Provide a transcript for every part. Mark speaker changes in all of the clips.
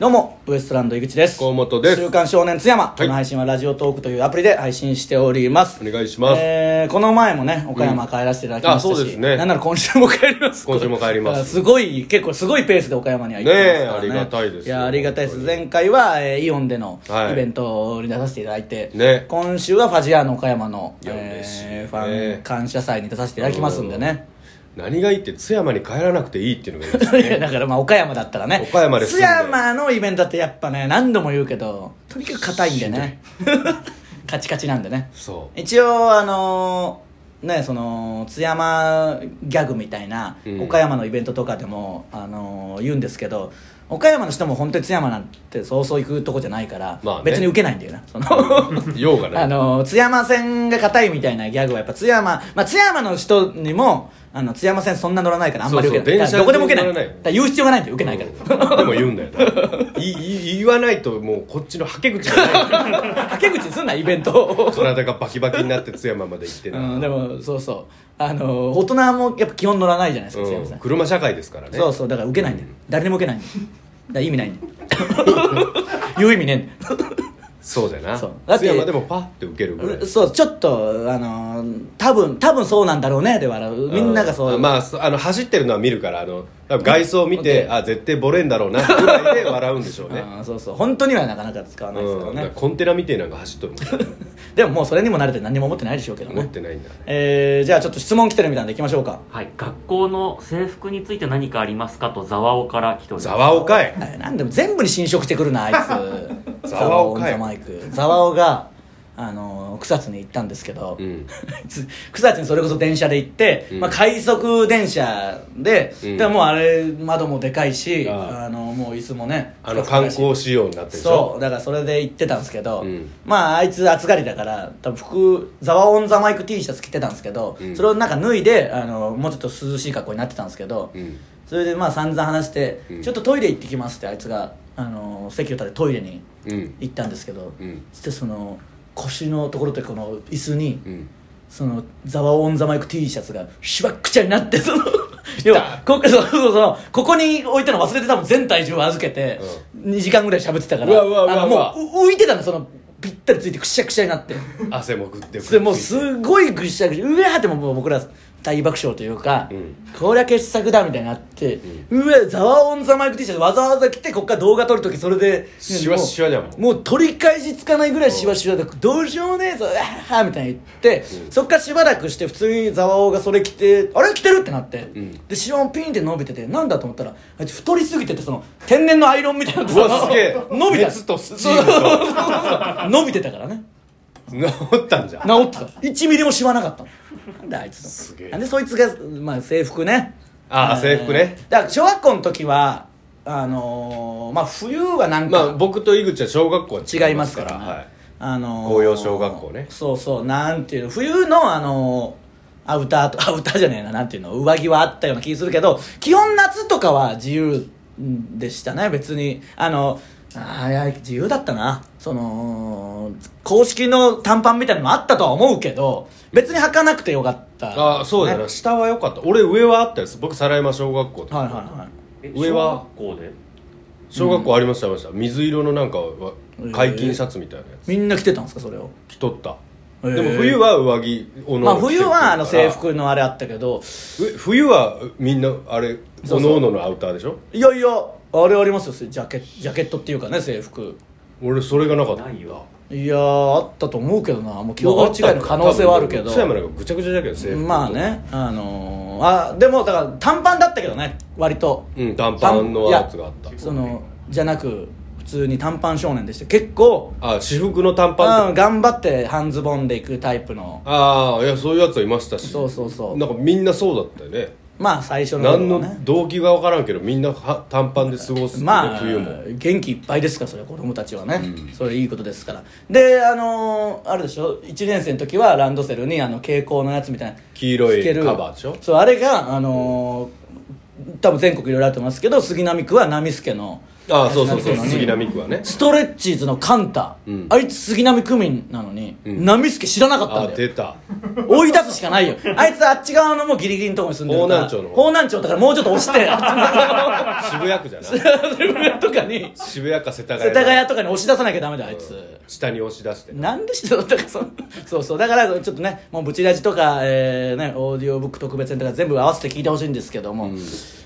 Speaker 1: どうもウエストランド井口です
Speaker 2: 河本です
Speaker 1: 週刊少年津山、
Speaker 2: い
Speaker 1: この配信はラジオトークというアプリで配信しております
Speaker 2: お願いします
Speaker 1: えーこの前もね岡山帰らせていただきましたし、
Speaker 2: うんあそうですね
Speaker 1: なんなら今週も帰ります
Speaker 2: 今週も帰ります
Speaker 1: あすごい結構すごいペースで岡山には行ってますからね
Speaker 2: ねえありがたいですよ
Speaker 1: いやありがたいです前回は、えーイオンでの
Speaker 2: はい
Speaker 1: イベントに出させていただいて、
Speaker 2: ね
Speaker 1: 今週はファジアーノ岡山の、
Speaker 2: いや嬉しいね
Speaker 1: ファン感謝祭に出させていただきますんでね
Speaker 2: 何がいいって津山に帰らなくていいっていうのがいいです
Speaker 1: いや
Speaker 2: ね
Speaker 1: だからまあ岡山だったらね
Speaker 2: 岡山ですん
Speaker 1: 津
Speaker 2: で
Speaker 1: 山のイベントってやっぱね何度も言うけどとにかく硬いんでねカチカチなんでね
Speaker 2: そう
Speaker 1: 一応あのーねその津山ギャグみたいな、
Speaker 2: うん
Speaker 1: 岡山のイベントとかでも、あのー言うんですけど岡山の人も本当に津山なんてそうそう行くとこじゃないから、
Speaker 2: まあね
Speaker 1: 別に受けないんだよなその
Speaker 2: 用がない
Speaker 1: あの津山線が硬いみたいなギャグはやっぱ津山、まあ、津山の人にもあの津山線そんな乗らないからあんまり受けない
Speaker 2: そうそう
Speaker 1: だからどこでも受けない
Speaker 2: 電車で乗らない
Speaker 1: だから言う必要がないんで受けないから、
Speaker 2: うんでも言うんだよないい言わないともうこっちのはけ口がない
Speaker 1: はけ口にすんなイベント を、
Speaker 2: 体がバキバキになって津山まで行って
Speaker 1: う
Speaker 2: な、
Speaker 1: ん、でもそうそうあの大人もやっぱ基本乗らないじゃないですか津
Speaker 2: う
Speaker 1: 山
Speaker 2: ん
Speaker 1: 線、
Speaker 2: 車社会ですからね
Speaker 1: そうそうだから受けないんだよ、誰にも受けないんだよだから意味ないんだよ 言う意味ねえんだよ
Speaker 2: そうじゃな
Speaker 1: そうだって
Speaker 2: 津山でもパッて受けるぐらい
Speaker 1: そうちょっとあの多分多分そうなんだろうねで笑うみんながそう、
Speaker 2: あまあそあの走ってるのは見るからあの多分外装を見
Speaker 1: う
Speaker 2: て
Speaker 1: ん
Speaker 2: あ絶対ボレんだろうなぐらいで笑うんでしょうね
Speaker 1: あーそうそう本当にはなかなか使わないですけ
Speaker 2: う
Speaker 1: ど
Speaker 2: ん、だ
Speaker 1: ね
Speaker 2: から、コンテナみてえなんか走っとる
Speaker 1: でももうそれにも慣れて何も思ってないでしょうけど
Speaker 2: もん持っ
Speaker 1: ね
Speaker 2: てないんだね
Speaker 1: えー、じゃあちょっと質問来てるみたいなんでいきましょうか
Speaker 3: はい、学校の制服について何かありますかとざわおから来ており
Speaker 2: ざ
Speaker 3: ま
Speaker 2: わおかい
Speaker 1: はいなんでも全部に侵食してくるなあい つ
Speaker 2: ざわおか
Speaker 1: ざわオン
Speaker 2: い
Speaker 1: ザマイクザワオがあのー草津に行ったんですけど、
Speaker 2: うん
Speaker 1: 草津にそれこそ電車で行って、
Speaker 2: うん
Speaker 1: まあ、快速電車で、
Speaker 2: うん
Speaker 1: でももうあれ窓もでかいし
Speaker 2: ああ
Speaker 1: あのもう椅子もね
Speaker 2: あの観光仕様になってるでしょ
Speaker 1: そうだからそれで行ってたんですけど、
Speaker 2: うん
Speaker 1: まああいつ暑がりだから多分服ザワオンザマイク T シャツ着てたんですけど、
Speaker 2: うん
Speaker 1: それをなんか脱いであのもうちょっと涼しい格好になってたんですけど、
Speaker 2: うん
Speaker 1: それでまあ散々話して、
Speaker 2: うん
Speaker 1: ちょっとトイレ行ってきますってあいつがあの席を立ててトイレに
Speaker 2: うん
Speaker 1: 行ったんですけど、
Speaker 2: うん
Speaker 1: そしてその腰のところというかこの椅子に、
Speaker 2: うん
Speaker 1: そのザワオンザマイク T シャツがしばっくちゃになってその要はこそうそうそうそのここに置いたの忘れてたもん全体重を預けて、2時間ぐらい喋ってたから
Speaker 2: うわうわうわうわ
Speaker 1: あのもうう浮いてたのそのぴったりついてくしゃくしゃになって
Speaker 2: 汗も食って
Speaker 1: それもうすごいぐしゃぐしゃうわーってもう僕ら大爆笑というか、
Speaker 2: うん
Speaker 1: こりゃ傑作だみたいになって、うわザワオンザマイク T シャツわざわざ来てこっから動画撮るときそれで
Speaker 2: シワシワじゃんもう
Speaker 1: もう取り返しつかないぐらいしわしわでどうしようもねえぞうわははみたいに言って、
Speaker 2: うん
Speaker 1: そっからしばらくして普通にざわおがそれ着てあれ着てるってなって、
Speaker 2: ん
Speaker 1: でシワもピンって伸びててなんだと思ったらあいつ太りすぎててその天然のアイロンみたいなの
Speaker 2: うわすげえ
Speaker 1: 伸びた
Speaker 2: 熱とスチ
Speaker 1: そう
Speaker 2: ー
Speaker 1: そう
Speaker 2: ム
Speaker 1: そう
Speaker 2: と
Speaker 1: そう伸びてたからね
Speaker 2: 治ったんじゃ ん
Speaker 1: 治ってた1ミリもしわなかったのなんであいつの
Speaker 2: すげえ
Speaker 1: なんでそいつが、まあ、制服ね
Speaker 2: あ
Speaker 1: の
Speaker 2: あ
Speaker 1: ー
Speaker 2: 制服ね
Speaker 1: だから小学校の時はあのーまあ冬はなんか、
Speaker 2: まあ僕と井口は小学校は
Speaker 1: 違いますから、
Speaker 2: はい
Speaker 1: あのー
Speaker 2: 紅葉小学校ね
Speaker 1: そうそうなんていうの冬のあのーアウターと アウターじゃねえななんていうの上着はあったような気するけど基本夏とかは自由でしたね別にあのあーいや自由だったなその公式の短パンみたいなのもあったとは思うけど別に履かなくてよかった、
Speaker 2: ああそうだな、
Speaker 1: ね
Speaker 2: 下は良かった俺上はあったです僕皿山小学校とか
Speaker 1: はいはいはい
Speaker 3: す
Speaker 2: 上は
Speaker 3: 小学校で
Speaker 2: 小学校ありましたありました水色のなんかわ
Speaker 1: うん
Speaker 2: 解禁シャツみたいなやつ
Speaker 1: みんな着てたんですかそれを
Speaker 2: 着とった
Speaker 1: へー
Speaker 2: でも冬は上着お
Speaker 1: ま
Speaker 2: の
Speaker 1: あ
Speaker 2: おの着て
Speaker 1: 冬
Speaker 2: るから
Speaker 1: はあの制服のあれあったけど
Speaker 2: え冬はみんなあれ
Speaker 1: そう
Speaker 2: お
Speaker 1: そう
Speaker 2: のおののアウターでしょ
Speaker 1: いやいやあれありますよジャケジャケットっていうかね制服
Speaker 2: 俺それがなかった
Speaker 3: ないよ
Speaker 1: いやーあったと思うけどなもう記憶違いの可能性はあるけど
Speaker 2: 多分津山なんかぐちゃぐちゃだけど制服
Speaker 1: まあねあのー、あでもだから短パンだったけどね割と
Speaker 2: うん短パンのやつがあった
Speaker 1: いやそのじゃなく普通に短パン少年でして結構
Speaker 2: あ私服の短パン
Speaker 1: うん
Speaker 2: とか
Speaker 1: 頑張って半ズボンでいくタイプの
Speaker 2: ああいやそういうやつはいましたし
Speaker 1: そうそうそう
Speaker 2: なんかみんなそうだったよね
Speaker 1: まあ最初の
Speaker 2: 何
Speaker 1: 頃は
Speaker 2: の動機が分からんけどみんなは短パンで過ごすね
Speaker 1: まあ
Speaker 2: 冬も
Speaker 1: 元気いっぱいですからそれは子供たちはね、それいいことですからであのーあれでしょ1年生の時はランドセルにあの蛍光のやつみたいな
Speaker 2: 黄色い
Speaker 1: つける
Speaker 2: カバーでしょ
Speaker 1: そうあれがあのー多分全国いろいろあると思いますけど杉並区は波助の
Speaker 2: ああそうそうそう
Speaker 1: やつなんですけどね
Speaker 2: 杉並区はね
Speaker 1: ストレッチーズのカンタ、
Speaker 2: うん
Speaker 1: あいつ杉並区民なのに、
Speaker 2: うん
Speaker 1: 波助知らなかった
Speaker 2: あ
Speaker 1: んだ
Speaker 2: 出
Speaker 1: よ
Speaker 2: た
Speaker 1: 追い出すしかないよあいつあっち側のもうギリギリのとこに住んでるから
Speaker 2: 方南町の
Speaker 1: 方南町だからもうちょっと押して あっ
Speaker 2: 渋谷区じゃない
Speaker 1: ちの上とかに
Speaker 2: 渋谷か世田谷
Speaker 1: 世田谷とかに押し出さなきゃダメだよあいつ、
Speaker 2: 下に押し出して
Speaker 1: なんでしょだからそのそうそうだからちょっとねもうブチラジとか、えーね、オーディオブック特別編とか全部合わせて聞いてほしいんですけども、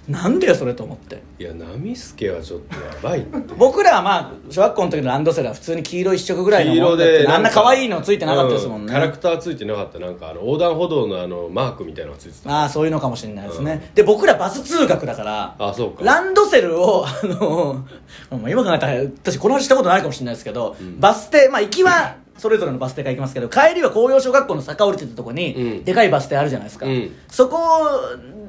Speaker 1: なんでよそれと思って
Speaker 2: いや波助はちょっとやばいって
Speaker 1: 僕らはまあ小学校の時のランドセルは普通に黄色一色ぐらいの
Speaker 2: 黄
Speaker 1: も
Speaker 2: 色
Speaker 1: のだって
Speaker 2: で
Speaker 1: あんな
Speaker 2: か
Speaker 1: 可愛いのついてなかったですもん
Speaker 2: う
Speaker 1: ね、
Speaker 2: キャラクターついてなかったなんかあの横断歩道のあのマークみたいなのがついてた
Speaker 1: ああそういうのかもしれないですね、で僕らバス通学だから
Speaker 2: あそうか
Speaker 1: ランドセルを あのもう今考えたら私この話したことないかもしれないですけど、バス停まあ行きはそれぞれのバス停から行きますけど帰りは紅葉小学校の坂降りてたとこに、
Speaker 2: うん
Speaker 1: でかいバス停あるじゃないですか、
Speaker 2: うん
Speaker 1: そこ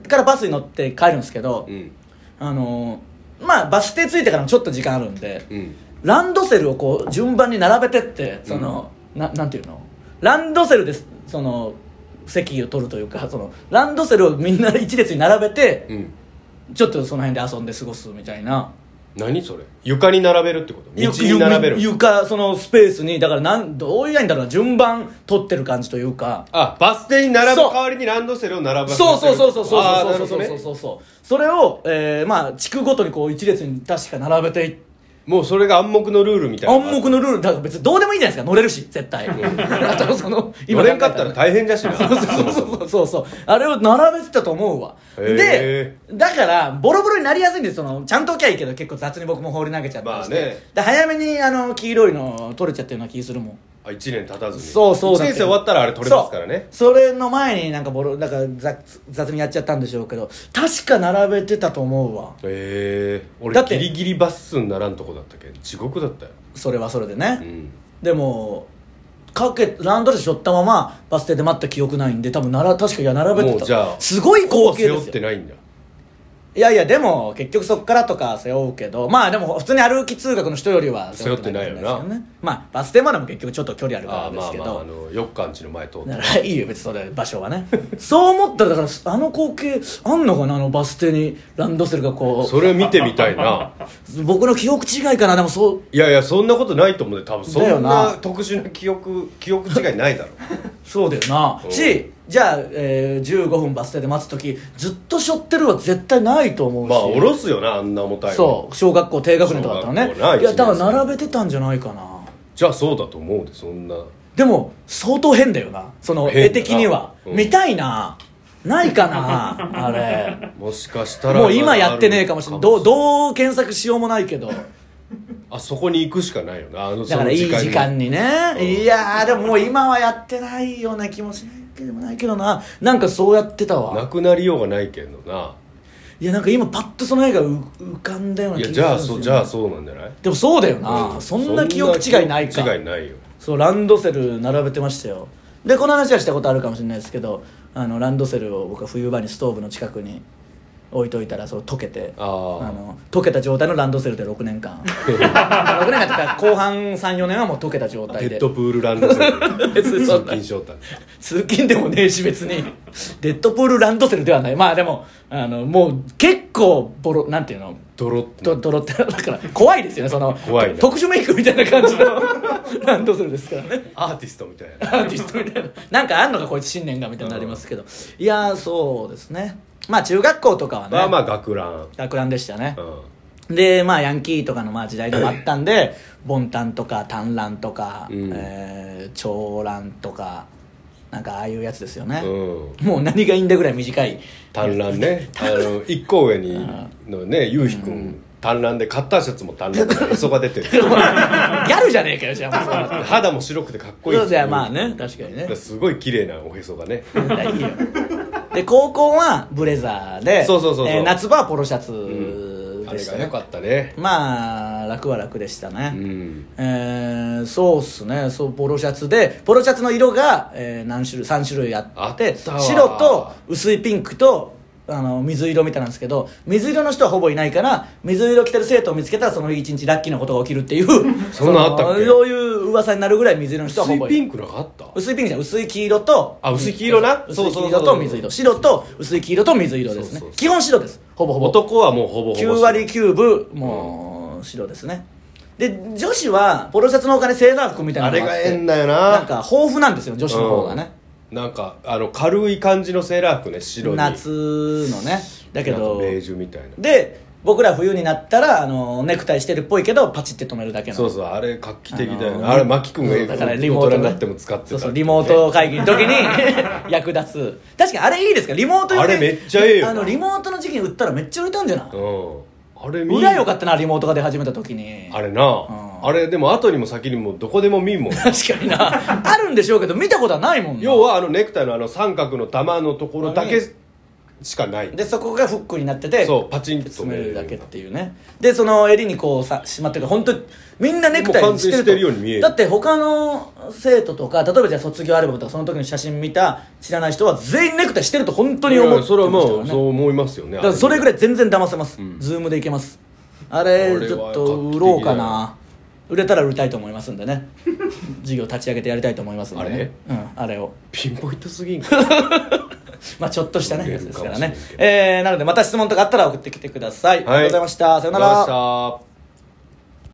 Speaker 1: からバスに乗って帰るんですけど、
Speaker 2: うん
Speaker 1: あのまあバス停着いてからもちょっと時間あるんで、
Speaker 2: うん
Speaker 1: ランドセルをこう順番に並べてってその、ななんていうのランドセルですその席を取るというかそのランドセルをみんな一列に並べて、
Speaker 2: うん
Speaker 1: ちょっとその辺で遊んで過ごすみたいな
Speaker 2: 何それ床に並べるってこと道
Speaker 1: ゆ
Speaker 2: に並べる
Speaker 1: ゆ床そのスペースにだからなんどう言えばいいんだろうな順番取ってる感じというか
Speaker 2: あバス停に並ぶ
Speaker 1: そう
Speaker 2: 代わりにランドセルを並ばせ
Speaker 1: そうそうそうそうそう
Speaker 2: あー
Speaker 1: そう
Speaker 2: なるほ
Speaker 1: そ
Speaker 2: ど
Speaker 1: う
Speaker 2: ね
Speaker 1: そうそうそうそれを、えーまあ地区ごとにこう一列に確か並べていって
Speaker 2: もうそれが暗黙のルールみたいな
Speaker 1: 暗黙のルールだから別にどうでもいいじゃないですか乗れるし絶対 あとその
Speaker 2: 乗
Speaker 1: 考
Speaker 2: れ
Speaker 1: え
Speaker 2: んかったら大変じゃしなそう
Speaker 1: そうそうそうそうあれを並べてたと思うわで
Speaker 2: へ
Speaker 1: だからボロボロになりやすいんですそのちゃんと置きゃいいけど結構雑に僕も放り投げちゃったりして、
Speaker 2: まあね
Speaker 1: で早めにあの黄色いの取れちゃったような気するもん
Speaker 2: あ1年経たずに
Speaker 1: そうそう
Speaker 2: 1年生終わったらあれ取れますからね
Speaker 1: そうそれの前になんかボロなんか雑雑にやっちゃったんでしょうけど確か並べてたと思うわ
Speaker 2: ええ俺
Speaker 1: だって
Speaker 2: ギリギリバス数にならんとこだったけど地獄だったよ
Speaker 1: それはそれで
Speaker 2: う
Speaker 1: ね、
Speaker 2: ん
Speaker 1: でもかけランドセルしょったままバス停で待った記憶ないんで多分なら確かいや並べて
Speaker 2: もう
Speaker 1: た
Speaker 2: じゃあ
Speaker 1: すごい光景
Speaker 2: 背
Speaker 1: で
Speaker 2: 負
Speaker 1: す
Speaker 2: っ
Speaker 1: よ
Speaker 2: てないんだ
Speaker 1: いやいやでも結局そっからとか背負うけどまあでも普通に歩き通学の人よりは
Speaker 2: 背負ってないよな
Speaker 1: ですねまあバス停までも結局ちょっと距離あるか
Speaker 2: あ
Speaker 1: ら
Speaker 2: あ
Speaker 1: で
Speaker 2: ますあ
Speaker 1: け
Speaker 2: ま
Speaker 1: ど、
Speaker 2: ああのよっかんちの前通って
Speaker 1: ならいいよ別にそれ場所はねそう思ったらだからあの光景あんのかなあのバス停にランドセルがこ
Speaker 2: それ見てみたいな
Speaker 1: う僕の記憶違いかなでもそう
Speaker 2: いやいやそんなことないと思うで多分そ
Speaker 1: だよ
Speaker 2: ん
Speaker 1: な
Speaker 2: な特殊な記憶記憶違いないだろ
Speaker 1: そうだよ
Speaker 2: う
Speaker 1: なんしじゃあ、えー15分バス停で待つ時ずっとしょってるは絶対ないと思うし
Speaker 2: まあ下ろすよなあんな重たいの
Speaker 1: そう小学校低学年とかだったらね
Speaker 2: 小学校ない
Speaker 1: やだか
Speaker 2: 一年
Speaker 1: ら
Speaker 2: 生
Speaker 1: 並べてたんじゃないかな
Speaker 2: じゃあそうだと思うでそんな
Speaker 1: でも相当変だよなその
Speaker 2: 変だな
Speaker 1: 絵的には、
Speaker 2: うん
Speaker 1: 見たいなないか なあれ
Speaker 2: もしかしたら
Speaker 1: もう今やってねえかもしれないどう
Speaker 2: う
Speaker 1: どう検索しようもないけど
Speaker 2: あそこに行くしかないよなあの
Speaker 1: だからいい
Speaker 2: その
Speaker 1: 時間にね、
Speaker 2: うん
Speaker 1: いやーでももう今はやってないような気もしないけどもないけどななんかそうやってた
Speaker 2: な
Speaker 1: わ
Speaker 2: くなりようがないけどない
Speaker 1: やなんか今パッとその絵がう浮かんだようない気が
Speaker 2: やじゃあ
Speaker 1: する
Speaker 2: そ
Speaker 1: ん
Speaker 2: う
Speaker 1: です
Speaker 2: じ
Speaker 1: よ
Speaker 2: ゃ
Speaker 1: ね
Speaker 2: あそうなんじゃない
Speaker 1: でもそうだよな、
Speaker 2: う
Speaker 1: そんな記憶違いないか
Speaker 2: そんな記憶違いないよ
Speaker 1: そうランドセル並べてましたよでこの話はしたことあるかもしれないですけどあのランドセルを僕は冬場にストーブの近くに置いといたらそう溶けて
Speaker 2: あー
Speaker 1: の溶けた状態のランドセルで6年間 6年間とか後半34年はもう溶けた状態
Speaker 2: デッ
Speaker 1: で
Speaker 2: ドプールランドセル
Speaker 1: 別 にそんな
Speaker 2: 通勤しようた
Speaker 1: 通勤でもねえし別に デッドプールランドセルではないまあでもあのもう結構ボロなんていうの
Speaker 2: ドロッ
Speaker 1: ド
Speaker 2: と
Speaker 1: ドロってだから怖いですよねその
Speaker 2: 怖いね
Speaker 1: 特殊メイクみたいな感じの ランドセルですからね
Speaker 2: アーティストみたいな
Speaker 1: アーティストみたいななんかあんのかこいつ信念がみたいになりますけど、いやーそうですねまあ中学校とかはね、
Speaker 2: まあまあ学ラン
Speaker 1: 学ランでしたね
Speaker 2: う、ん
Speaker 1: でまあヤンキーとかのまあ時代でもあったんで ボンタンとか短ランとか、
Speaker 2: うん
Speaker 1: えー長ランとかなんかああいうやつですよね、
Speaker 2: うん
Speaker 1: もう何がいいんだぐらい短 い
Speaker 2: 短ランねあの一個上にのねゆうひくん短ランでカッターシャツも短ランでへそが出てる
Speaker 1: ギャルじゃねえかよじゃあもうそうなったら
Speaker 2: 肌も白くてかっこいい
Speaker 1: そう
Speaker 2: です
Speaker 1: じ
Speaker 2: よ
Speaker 1: ゃあまあね確かにね
Speaker 2: だからすごい綺麗なおへそがね
Speaker 1: いやいいよで高校はブレザーで
Speaker 2: そうそうそうそう
Speaker 1: えー夏場はポロシャツ
Speaker 2: あ
Speaker 1: で
Speaker 2: れ
Speaker 1: した
Speaker 2: が
Speaker 1: ね、
Speaker 2: 良かったね
Speaker 1: まあ楽は楽でした
Speaker 2: う
Speaker 1: ね、
Speaker 2: ん
Speaker 1: えーそうっすねそうポロシャツでポロシャツの色が、えー何種類3種類あ
Speaker 2: あ
Speaker 1: っ
Speaker 2: ってたわ
Speaker 1: 白と薄いピンクとあの水色みたいなんですけど水色の人はほぼいないから水色着てる生徒を見つけたらその日一日ラッキーなことが起きるっていう
Speaker 2: そんなあったっけ
Speaker 1: その そういう噂になるぐらい水色の人は
Speaker 2: 薄
Speaker 1: ほ
Speaker 2: い
Speaker 1: ぼい
Speaker 2: ピ
Speaker 1: ない
Speaker 2: ンクなんかあった
Speaker 1: 薄いピンクじゃない薄い黄色と
Speaker 2: あ薄い黄色な
Speaker 1: 薄
Speaker 2: そ
Speaker 1: いう
Speaker 2: そ
Speaker 1: 黄
Speaker 2: うそう
Speaker 1: 色と水色白と薄い黄色と水色ですね
Speaker 2: そうそうそう
Speaker 1: 基本白ですほぼほぼ
Speaker 2: 男はもうほぼほぼ
Speaker 1: 9割9分もう、白ですねで女子はポロシャツのお金セーラー服みたいな
Speaker 2: あ
Speaker 1: の
Speaker 2: れ
Speaker 1: があ
Speaker 2: が
Speaker 1: って
Speaker 2: ええんだよな
Speaker 1: なんか豊富なんですよ女子の方がね、
Speaker 2: うんなんかあの軽い感じのセーラー服ね白に
Speaker 1: 夏のねだけ
Speaker 2: なん
Speaker 1: ど
Speaker 2: かベージュみたいな
Speaker 1: で僕ら冬になったらあのネクタイしてるっぽいけどパチって止めるだけの
Speaker 2: そうそうあれ画期的だ
Speaker 1: あ
Speaker 2: よね
Speaker 1: の
Speaker 2: あれ牧君が
Speaker 1: うんだからリモー
Speaker 2: 大人
Speaker 1: ト
Speaker 2: に
Speaker 1: ね
Speaker 2: なっても使ってた
Speaker 1: そうそうリモート会議の時に 役立つ確かにあれいいですかリモート用に
Speaker 2: あれめっちゃええよな
Speaker 1: あのリモートの時期に売ったらめっちゃ売れたんじゃない、
Speaker 2: うんあれ見
Speaker 1: 裏よかったなリモートが出始めた時に
Speaker 2: あれな、
Speaker 1: ん
Speaker 2: あれでも後にも先にもどこでも見んもん
Speaker 1: 確かになあるんでしょうけど見たことはないもんな
Speaker 2: 要はあのネクタイのあの三角の玉のところだけしかない
Speaker 1: でそこがフックになってて
Speaker 2: そうパチンと
Speaker 1: 詰めるだけっていうねでその襟にこうさしまってるから本当にみんなネクタイしてる
Speaker 2: もう完全にしてるように見える
Speaker 1: だって他の生徒とか例えばじゃあ卒業アルバムとかその時の写真見た知らない人は全員ネクタイしてると本当に思って
Speaker 2: いやそれはまあ
Speaker 1: ましたからね
Speaker 2: そう思いますよね
Speaker 1: だからそれぐら
Speaker 2: い
Speaker 1: い全然騙せます、ズームでいけますあれ
Speaker 2: あれは
Speaker 1: ちょっと売ろうかな売れたら売りたいと思いますんで ね事業立ち上げてやりたいと思いますんで、ね、うん、あれを
Speaker 2: ピンポイントすぎんか
Speaker 1: まあちょっとしたね
Speaker 2: 売れ
Speaker 1: や
Speaker 2: る
Speaker 1: つ
Speaker 2: か
Speaker 1: で
Speaker 2: も
Speaker 1: す
Speaker 2: し
Speaker 1: か
Speaker 2: れん
Speaker 1: ら
Speaker 2: けど
Speaker 1: ねえー、なのでまた質問とかあったら送ってきてください、ありがとうございましたさような
Speaker 2: ありが
Speaker 1: ら
Speaker 2: とうございました